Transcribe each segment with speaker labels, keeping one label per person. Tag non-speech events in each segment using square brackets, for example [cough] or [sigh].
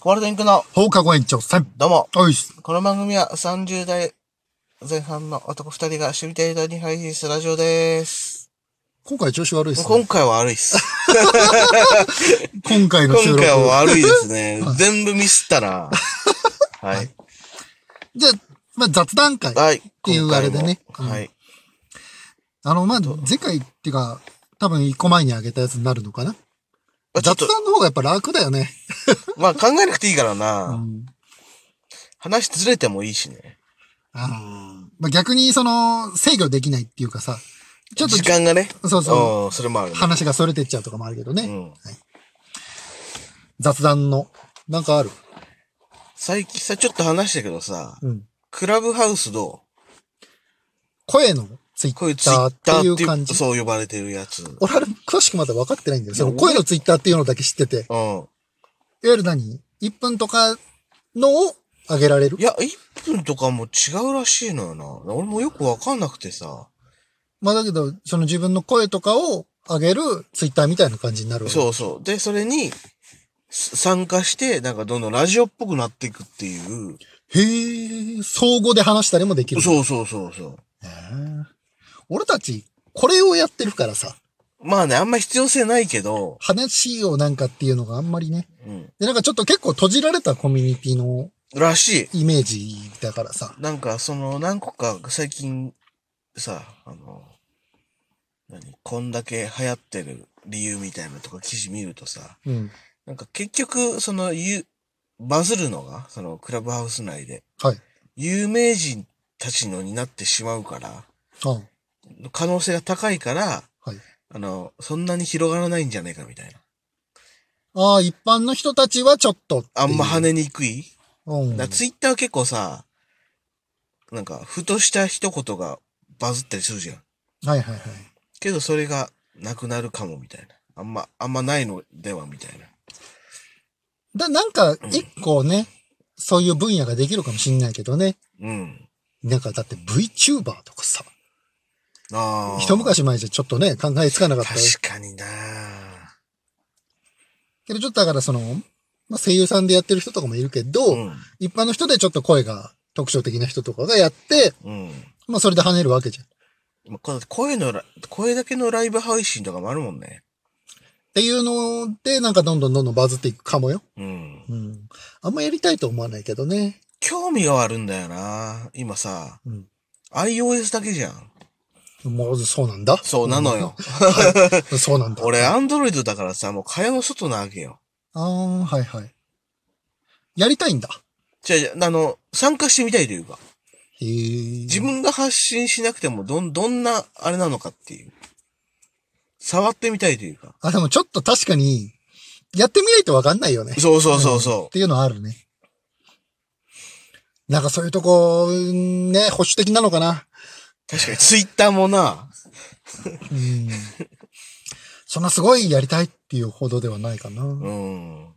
Speaker 1: コバルトインクの、
Speaker 2: 放課後延長戦。
Speaker 1: どうも。
Speaker 2: おいっす。
Speaker 1: この番組は30代前半の男2人が趣味程度に配信するラジオです。
Speaker 2: 今回調子悪いっす、ね。
Speaker 1: 今回は悪いっ
Speaker 2: [laughs]
Speaker 1: す。
Speaker 2: 今回の収
Speaker 1: 今
Speaker 2: 録
Speaker 1: 回。は悪いですね。全部ミスったな。
Speaker 2: [laughs]
Speaker 1: はい。
Speaker 2: じゃあ、まあ、雑談会。
Speaker 1: はい。って
Speaker 2: いうあれでねうん
Speaker 1: はい。
Speaker 2: あの、まあ、前回っていうか、多分一個前にあげたやつになるのかな。
Speaker 1: まあちょっと、
Speaker 2: 雑談の方がやっぱ楽だよね。
Speaker 1: まあ考えなくていいから
Speaker 2: う
Speaker 1: な。
Speaker 2: ん。
Speaker 1: 話ずれてもいいしね。
Speaker 2: あの、まあ、逆にその、制御できないっていうかさ、ちょっ
Speaker 1: 時
Speaker 2: と、
Speaker 1: 間がね。
Speaker 2: そうそう
Speaker 1: うん。それもあるね。
Speaker 2: 話がそれてっちゃうとかもあるけどね。
Speaker 1: うん。
Speaker 2: 雑談の、なんかある。
Speaker 1: 最近さ、ちょっと話したけどさ、
Speaker 2: うん。
Speaker 1: クラブハウスど
Speaker 2: 声のツイ
Speaker 1: うこういう
Speaker 2: ッ
Speaker 1: ツ
Speaker 2: タ
Speaker 1: イッ
Speaker 2: ーって
Speaker 1: ターってい
Speaker 2: い
Speaker 1: う
Speaker 2: う感じ。
Speaker 1: そう呼ばれてるやつ。うん。
Speaker 2: 俺、あれ、詳しくまだ分かってないんだよ。その声のツイッターっていうのだけ知ってて。いわゆる何 ?1 分とかのを上げられる
Speaker 1: いや、1分とかも違うらしいのよな。俺もよくわかんなくてさ。
Speaker 2: まあだけど、その自分の声とかを上げるツイッターみたいな感じになるわけ。う。
Speaker 1: そうそう。で、それに、す参加して、なんかどんどんラジオっぽくなっていくっていう。
Speaker 2: へえ、相互で話したりもできる。う。
Speaker 1: そうそうそうそう。
Speaker 2: 俺たち、これをやってるからさ、
Speaker 1: まあね、あんま必要性ないけど、
Speaker 2: 話をなんかっていうのがあんまりね。
Speaker 1: うん。
Speaker 2: で、なんかちょっと結構閉じられたコミュニティの
Speaker 1: らし
Speaker 2: イメージだからさ。
Speaker 1: い。なんか、その、何個か最近、さ、あの、何こんだけ流行ってる理由みたいなのとか記事見るとさ、
Speaker 2: うん。
Speaker 1: なんか結局、その、ゆ、バズるのが、その、クラブハウス内で、
Speaker 2: はい。
Speaker 1: 有名人たちのになってしまうから、
Speaker 2: あはい。
Speaker 1: 可能性が高いから、
Speaker 2: はい
Speaker 1: あの、そんなに広がらないんじゃないかみたいな。
Speaker 2: ああ、一般の人たちはちょっとっていう
Speaker 1: あんま跳。ねにくい。
Speaker 2: うん。
Speaker 1: だツイッターは結構さ、なんか、ふとした一言がバズったりするじゃん。
Speaker 2: はいはいはい。
Speaker 1: けどそれがなくなるかもみたいな。あんま、あんまないのではみたいな。
Speaker 2: だ、なんか、一個ね、そういう分野ができるかもしんないけどね。
Speaker 1: うん。
Speaker 2: なんか、だって VTuber とかさ、
Speaker 1: ああ。
Speaker 2: 一昔前じゃちょっとね、考えつかなかった。
Speaker 1: 確かにな
Speaker 2: けど、ちょっとだからその、まあ、声優さんでやってる人とかもいるけど、
Speaker 1: うん。
Speaker 2: 一般の人でちょっと声が特徴的な人とかがやって、
Speaker 1: うん。
Speaker 2: まあ、それで跳ねるわけじゃん。っ
Speaker 1: まこの声のラ、声だけのライブ配信とかもあるもんね。
Speaker 2: ていうので、なんかどんどんどんどんバズっていくかもよ。
Speaker 1: うん。
Speaker 2: うん。あんまやりたいと思わないけどね。
Speaker 1: 興味があるんだよな今さ、
Speaker 2: うん。
Speaker 1: iOS だけじゃん。
Speaker 2: もう、そうなんだ。
Speaker 1: そうなのよ。
Speaker 2: うん。 [laughs] そうなんだ。
Speaker 1: 俺、アンドロイドだからさ、もう蚊帳の外なわけよ。
Speaker 2: ああ、はいはい。やりたいんだ。
Speaker 1: じゃあじゃあ、あの、参加してみたいというか、
Speaker 2: へえ。
Speaker 1: 自分が発信しなくても、どん、どんな、あれなのかっていう。触ってみたいというか。
Speaker 2: あ、でもちょっと確かに、やってみないとわかんないよね。
Speaker 1: そうそうそうそ
Speaker 2: っていうのはあるね。なんかそういうとこ、うんね、保守的なのかな。
Speaker 1: う。 [laughs] 確かに、ツイッターもな、
Speaker 2: うん。そんなすごいやりたいっていうほどではないかな。
Speaker 1: うん。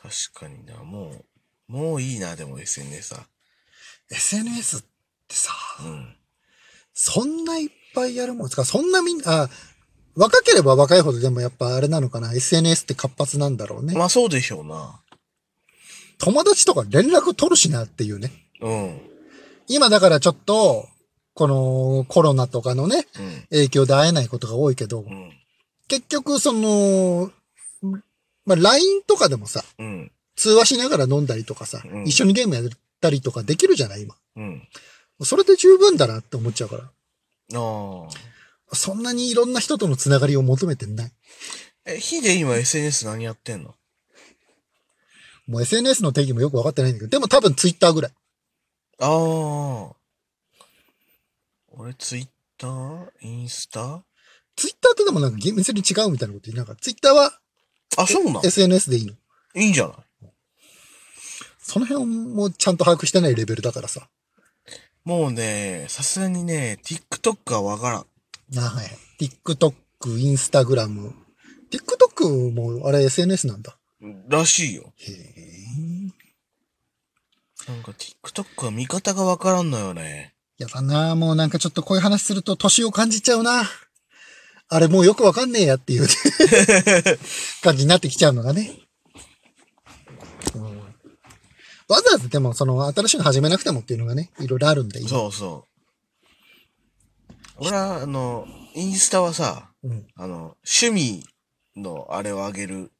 Speaker 1: 確かにな、もう、もういいな、でも SNS は。
Speaker 2: SNS ってさ、
Speaker 1: うん。
Speaker 2: そんないっぱいやるもんですかそんなみんな、あ若ければ若いほどでもやっぱあれなのかな ?SNS って活発なんだろうね。
Speaker 1: まあ、そうでしょうな。
Speaker 2: 友達とか連絡取るしなっていうね。
Speaker 1: うん。うん。
Speaker 2: 今だからちょっと、このコロナとかのね、影響で会えないことが多いけど、
Speaker 1: うん。
Speaker 2: 結局その、まあ、LINE とかでもさ、
Speaker 1: うん。
Speaker 2: 通話しながら飲んだりとかさ、
Speaker 1: うん
Speaker 2: 一緒にゲームやったりとかできるじゃない今。
Speaker 1: うん。
Speaker 2: それで十分だなって思っちゃうから。
Speaker 1: ああ。
Speaker 2: そんなにいろんな人とのつながりを求めてない。
Speaker 1: え、ヒで今 SNS 何やってんの
Speaker 2: もう SNS の定義もよくわかってないんだけど、でも多分 Twitter ぐらい。
Speaker 1: ああ。俺、ツイッターインスタ
Speaker 2: Twitter ってでもなんか厳密に違うみたいなこと言いながら、Twitter は
Speaker 1: あ、そうなん
Speaker 2: SNS でいいの。
Speaker 1: いいんじゃない
Speaker 2: その辺もちゃんと把握してないレベルだからさ。
Speaker 1: もうね、さすがにね、TikTok はわからん。
Speaker 2: あはいはい。TikTok、Instagram。TikTok もあれ SNS なんだ。
Speaker 1: らしいよ。
Speaker 2: へえ。
Speaker 1: なんか TikTok は見方がわからんのよね。
Speaker 2: やだなもうなんかちょっとこういう話すると年を感じちゃうな [laughs] あれもうよくわかんねえやっていう感じになってきちゃうのがね。わざわざでも、その、新しいの始めなくてもっていうのがね、いろいろあるんで、今
Speaker 1: そうそう。俺は、あの、インスタはさ、
Speaker 2: うん。
Speaker 1: あの、趣味のあれをあげる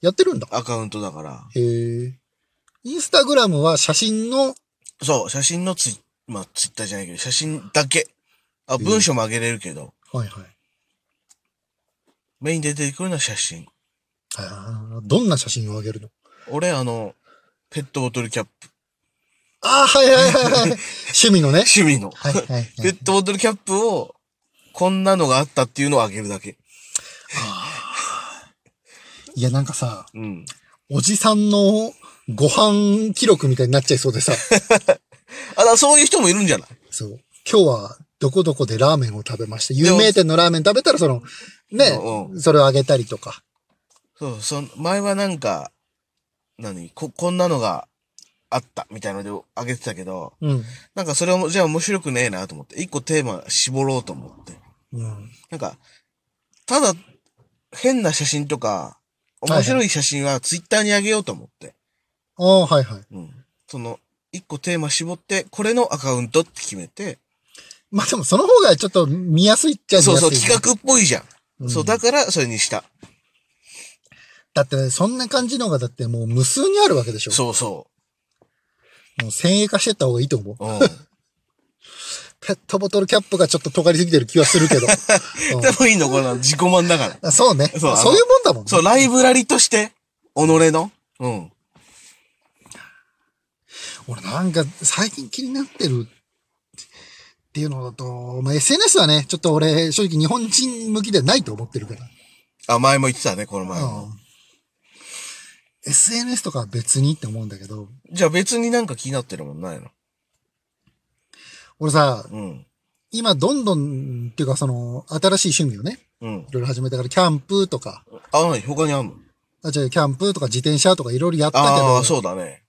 Speaker 2: やってるんだ。
Speaker 1: アカウントだから、
Speaker 2: へえ。インスタグラムは写真の、
Speaker 1: そう、写真のツイ、まあ、ツイッターじゃないけど、写真だけ。あ、
Speaker 2: ん
Speaker 1: 文章もあげれるけど、
Speaker 2: はいはい。
Speaker 1: メインで出てくるのは写真。
Speaker 2: あーどんな写真をあげるの
Speaker 1: 俺、あの、ペットボトルキャップ。
Speaker 2: ああ、はいはいはいはい。趣味のね。
Speaker 1: 趣味の。
Speaker 2: はいはい、はい。
Speaker 1: ペットボトルキャップを、こんなのがあったっていうのをあげるだけ。
Speaker 2: いや、なんかさ、
Speaker 1: うん。
Speaker 2: おじさんのご飯記録みたいになっちゃいそうでさ、
Speaker 1: あ、だからそういう人もいるんじゃない
Speaker 2: そう。今日はどこどこでラーメンを食べました。有名店のラーメン食べたら、その、ね
Speaker 1: うん、う
Speaker 2: それをあげたりとか。
Speaker 1: そう、その、前はなんか、何こ、こんなのがあったみたいのであげてたけど、
Speaker 2: うん。
Speaker 1: なんかそれも、じゃあ面白くねえなと思って、一個テーマ絞ろうと思って。
Speaker 2: うん。
Speaker 1: なんか、ただ、変な写真とか、
Speaker 2: はいはい
Speaker 1: 面白い写真はツイッターにあげようと思って。
Speaker 2: ああ、はいはい。
Speaker 1: うん。その、一個テーマ絞って、これのアカウントって決めて、
Speaker 2: まあでも、その方がちょっと見やすいっちゃ見やすい
Speaker 1: そう
Speaker 2: ね、
Speaker 1: そう、企画っぽいじゃん。
Speaker 2: ん
Speaker 1: そう、だから、それにした。
Speaker 2: だって、そんな感じのが、だってもう無数にあるわけでしょ。
Speaker 1: そうそ
Speaker 2: もう先鋭化してった方がいいと思う。
Speaker 1: う。うん。
Speaker 2: ペットボトルキャップがちょっと尖りすぎてる気はするけど。
Speaker 1: [laughs]
Speaker 2: うん
Speaker 1: でもいいのこの自己満だから。
Speaker 2: そうね。
Speaker 1: そうあ
Speaker 2: そう
Speaker 1: の
Speaker 2: いうもんだもんね。
Speaker 1: そう、ライブラリとして、己の。うん。
Speaker 2: 俺なんか最近気になってるっていうのだと、まあ、SNS はね、ちょっと俺正直日本人向きではないと思ってるから。
Speaker 1: あ、前も言ってたね、この前も。
Speaker 2: うん SNS とかは別にって思うんだけど、
Speaker 1: じゃあ別になんか気になってるもんないの
Speaker 2: 俺さ、
Speaker 1: うん。
Speaker 2: 今どんどん、っていうかその、新しい趣味をね、
Speaker 1: うん
Speaker 2: い。ろいろ始めたから、キャンプとか、
Speaker 1: あ、何他にあんの
Speaker 2: あ、違う、キャンプとか自転車とかいろいろやったけ
Speaker 1: あ
Speaker 2: ど、
Speaker 1: あ、そうだね。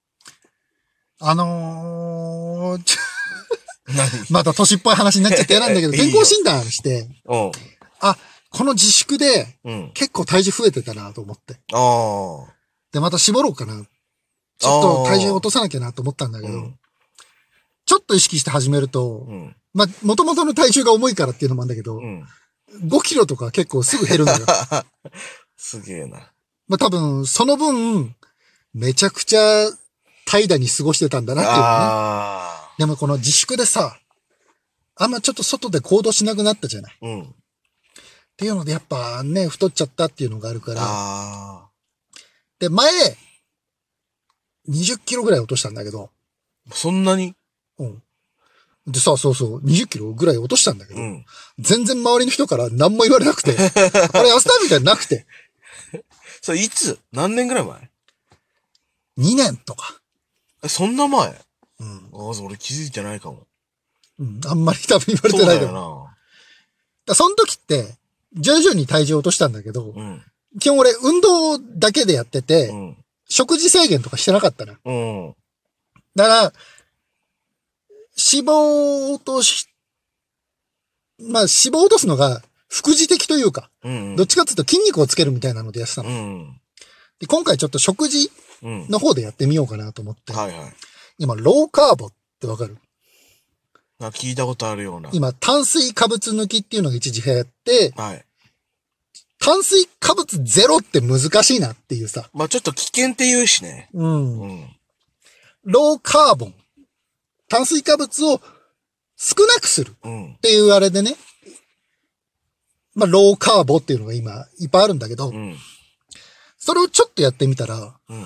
Speaker 2: あのー、ちょ
Speaker 1: 何
Speaker 2: また年っぽい話になっちゃって嫌なんだけど、
Speaker 1: いいよ
Speaker 2: 健康診断して、
Speaker 1: うん。
Speaker 2: あ、この自粛で
Speaker 1: うん。
Speaker 2: 結構体重増えてたなと思って。
Speaker 1: ああ。
Speaker 2: で、また絞ろうかな。ちょっと
Speaker 1: あー
Speaker 2: 体重落とさなきゃなと思ったんだけ
Speaker 1: う
Speaker 2: ど、
Speaker 1: ん。
Speaker 2: ちょっと意識して始めると、
Speaker 1: うん。
Speaker 2: まあ、元々の体重が重いからっていうのもあるんだけど、
Speaker 1: うん。
Speaker 2: 5キロとか結構すぐ減るんだよ。
Speaker 1: すげえな。
Speaker 2: まあ、多分、その分、めちゃくちゃ怠惰に過ごしてたんだなっていうのね。
Speaker 1: ああ。
Speaker 2: でもこの自粛でさ、あんまちょっと外で行動しなくなったじゃない。っ
Speaker 1: うん。
Speaker 2: ていうので、やっぱね、太っちゃったっていうのがあるから、
Speaker 1: ああ。
Speaker 2: で、前、20キロぐらい落としたんだけど、
Speaker 1: そんなに
Speaker 2: うん。でさ、そうそう、20キロぐらい落としたんだけど、
Speaker 1: うん。
Speaker 2: 全然周りの人から何も言われなくて、あれ、明日みたいになくて、
Speaker 1: それいつ何年ぐらい前
Speaker 2: 2年とか、
Speaker 1: え、そんな前あ
Speaker 2: うん
Speaker 1: あ、俺気づいてないかも。
Speaker 2: うん、あんまり多分言われ
Speaker 1: そう
Speaker 2: てない
Speaker 1: だ
Speaker 2: けど。だか
Speaker 1: よ
Speaker 2: らその時って、徐々に体重落としたんだけど、
Speaker 1: な。うん。
Speaker 2: 基本俺運動だけでやってて、
Speaker 1: うん。
Speaker 2: 食事制限とかしてなかったな。
Speaker 1: うん。
Speaker 2: だから、脂肪を落とし、まあ脂肪を落とすのが副次的というか、
Speaker 1: うん。
Speaker 2: どっちかっていうと筋肉をつけるみたいなのでやってたの。
Speaker 1: うん。
Speaker 2: で今回ちょっと食事
Speaker 1: うん。
Speaker 2: の方でやってみようかなと思って、
Speaker 1: はいはい。
Speaker 2: 今、ローカーボってわかる
Speaker 1: なんか聞いたことあるような。
Speaker 2: 今、炭水化物抜きっていうのが一時流行って、
Speaker 1: はい。
Speaker 2: 炭水化物ゼロって難しいなっていうさ。
Speaker 1: まあちょっと危険って言うしね。
Speaker 2: うん。
Speaker 1: うん。
Speaker 2: ローカーボン。炭水化物を少なくするっ
Speaker 1: うん。
Speaker 2: ていうあれでね。まあ、ローカーボっていうのが今、いっぱいあるんだけど
Speaker 1: う、ん。
Speaker 2: それをちょっとやってみたら、
Speaker 1: うん。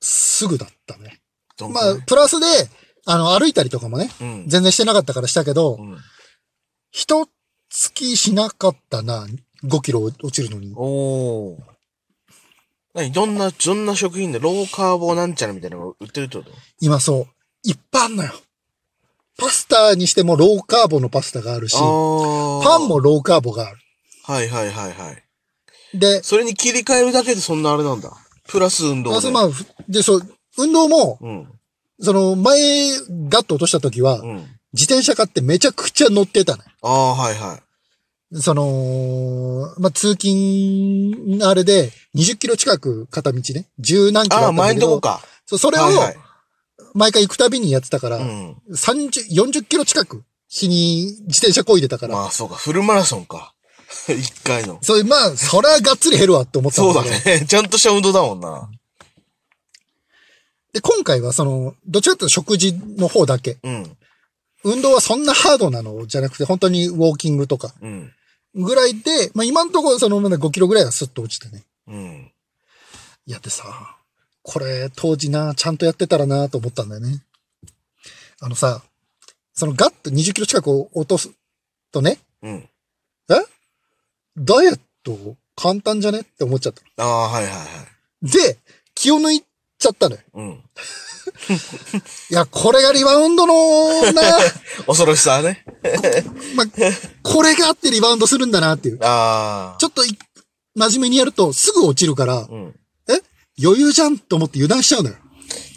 Speaker 2: すぐだったね。
Speaker 1: どんく
Speaker 2: ま
Speaker 1: ら
Speaker 2: あ
Speaker 1: い、
Speaker 2: プラスで、あの、歩いたりとかもね、
Speaker 1: うん。
Speaker 2: 全然してなかったからしたけど
Speaker 1: う、ん。
Speaker 2: 一月しなかったな、5キロ落ちるのに。
Speaker 1: おー。何どんな、どんな食品で、ローカーボなんちゃらみたいなのが売ってるってこと
Speaker 2: 今そう、いっぱいあんのよ。パスタにしてもローカーボのパスタがあるし、
Speaker 1: あー
Speaker 2: パンも。ローカーボがある。
Speaker 1: はいはいはいはい。
Speaker 2: で、
Speaker 1: それに切り替えるだけでそんなあれなんだ。プラス運動
Speaker 2: プ
Speaker 1: で。
Speaker 2: ラスまあ、ふで、そう、運動も、
Speaker 1: うん。
Speaker 2: その、前、ガッと落とした時は、
Speaker 1: うん。
Speaker 2: 自転車買ってめちゃくちゃ乗ってたのよ。
Speaker 1: ああ、はいは
Speaker 2: その、まあ、通勤のあれで、20キロ近く片道ね、十何キロ
Speaker 1: あ
Speaker 2: だ
Speaker 1: あ、
Speaker 2: ったんだ
Speaker 1: 前の
Speaker 2: け
Speaker 1: とこ
Speaker 2: ど、
Speaker 1: か。
Speaker 2: そうそれを
Speaker 1: はいはい
Speaker 2: 毎回行くたびにやってたから、
Speaker 1: うん。
Speaker 2: 30、40キロ近く、日に自転車漕いでたから、
Speaker 1: まあ、そうか。フルマラソンか。 [laughs] 一回の。
Speaker 2: それ、まあ、そりゃがっつり減るわって思ったん
Speaker 1: そう
Speaker 2: だ
Speaker 1: だ
Speaker 2: けど、
Speaker 1: ね。ちゃんとした運動だもんな。
Speaker 2: で、今回はその、どっちかっていうと食事の方だけ。
Speaker 1: うん。
Speaker 2: 運動はそんなハードなのじゃなくて、本当にウォーキングとか
Speaker 1: うん。
Speaker 2: ぐらいで、まあ今のところそのまだ5キロぐらいはスッと落ちてね。
Speaker 1: うん。
Speaker 2: やってさ、これ当時な、ちゃんとやってたらなと思ったんだよね。あのさ、そのガッと20キロ近く落とすとね、
Speaker 1: うん。
Speaker 2: ダイエット簡単じゃねって思っちゃった。
Speaker 1: ああ、はいはいはい。
Speaker 2: で、気を抜いちゃったのよ。
Speaker 1: うん。
Speaker 2: いや、これがリバウンドのな、 [laughs]
Speaker 1: 恐ろしさはね。
Speaker 2: まあ、これがあってリバウンドするんだなっていう。
Speaker 1: ああ。
Speaker 2: ちょっとい、真面目にやるとすぐ落ちるから、
Speaker 1: うん。
Speaker 2: 余裕じゃんと思って油断しちゃうのよ。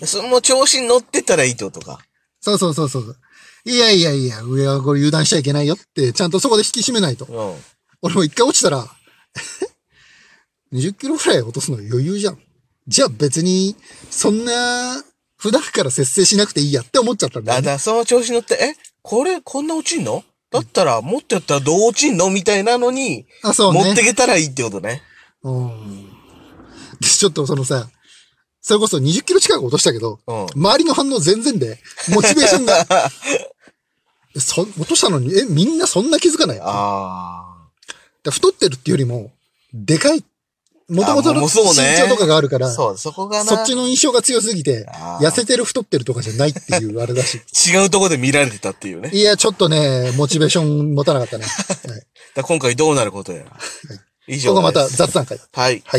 Speaker 1: その調子に乗ってたらいいってことか。
Speaker 2: そうそうそうそう。いやいやいや、上はこれ油断しちゃいけないよって、ちゃんとそこで引き締めないと。
Speaker 1: うん。
Speaker 2: 俺も一回落ちたら、20キロぐらい落とすの余裕じゃん。じゃあ別に、そんな、普段から節制しなくていいやって思っちゃったんだ
Speaker 1: あ、
Speaker 2: よ、
Speaker 1: だか
Speaker 2: ね。
Speaker 1: らその調子に乗って、えこれ、こんな落ちんのだったら、もっとやったらどう落ちんのみたいなのに、
Speaker 2: あ、そうね。
Speaker 1: 持ってけたらいいってことね。
Speaker 2: うん。で、ちょっとそのさ、それこそ20キロ近く落としたけど、
Speaker 1: うん。
Speaker 2: 周りの反応全然で、モチベーショ
Speaker 1: [laughs]
Speaker 2: ンが。そ、落としたのに、え、みんなそんな気づかない。
Speaker 1: あ
Speaker 2: だ太ってるっていうよりも、でかい。もともと
Speaker 1: あも
Speaker 2: の
Speaker 1: う
Speaker 2: 身
Speaker 1: そうね
Speaker 2: 長とかがあるから、
Speaker 1: あ。そ
Speaker 2: そ
Speaker 1: う、そこがな。
Speaker 2: っちの印象が強すぎて、
Speaker 1: あー
Speaker 2: 痩せてる太ってるとかじゃないっていうあれだし。
Speaker 1: 違うとこで見られてたっていうね。だか
Speaker 2: いや、ちょっとね、モチベーション持たなかったね。はい、
Speaker 1: [laughs] ら今回どうなることやら。以上です。
Speaker 2: ここまた雑談会。
Speaker 1: はい。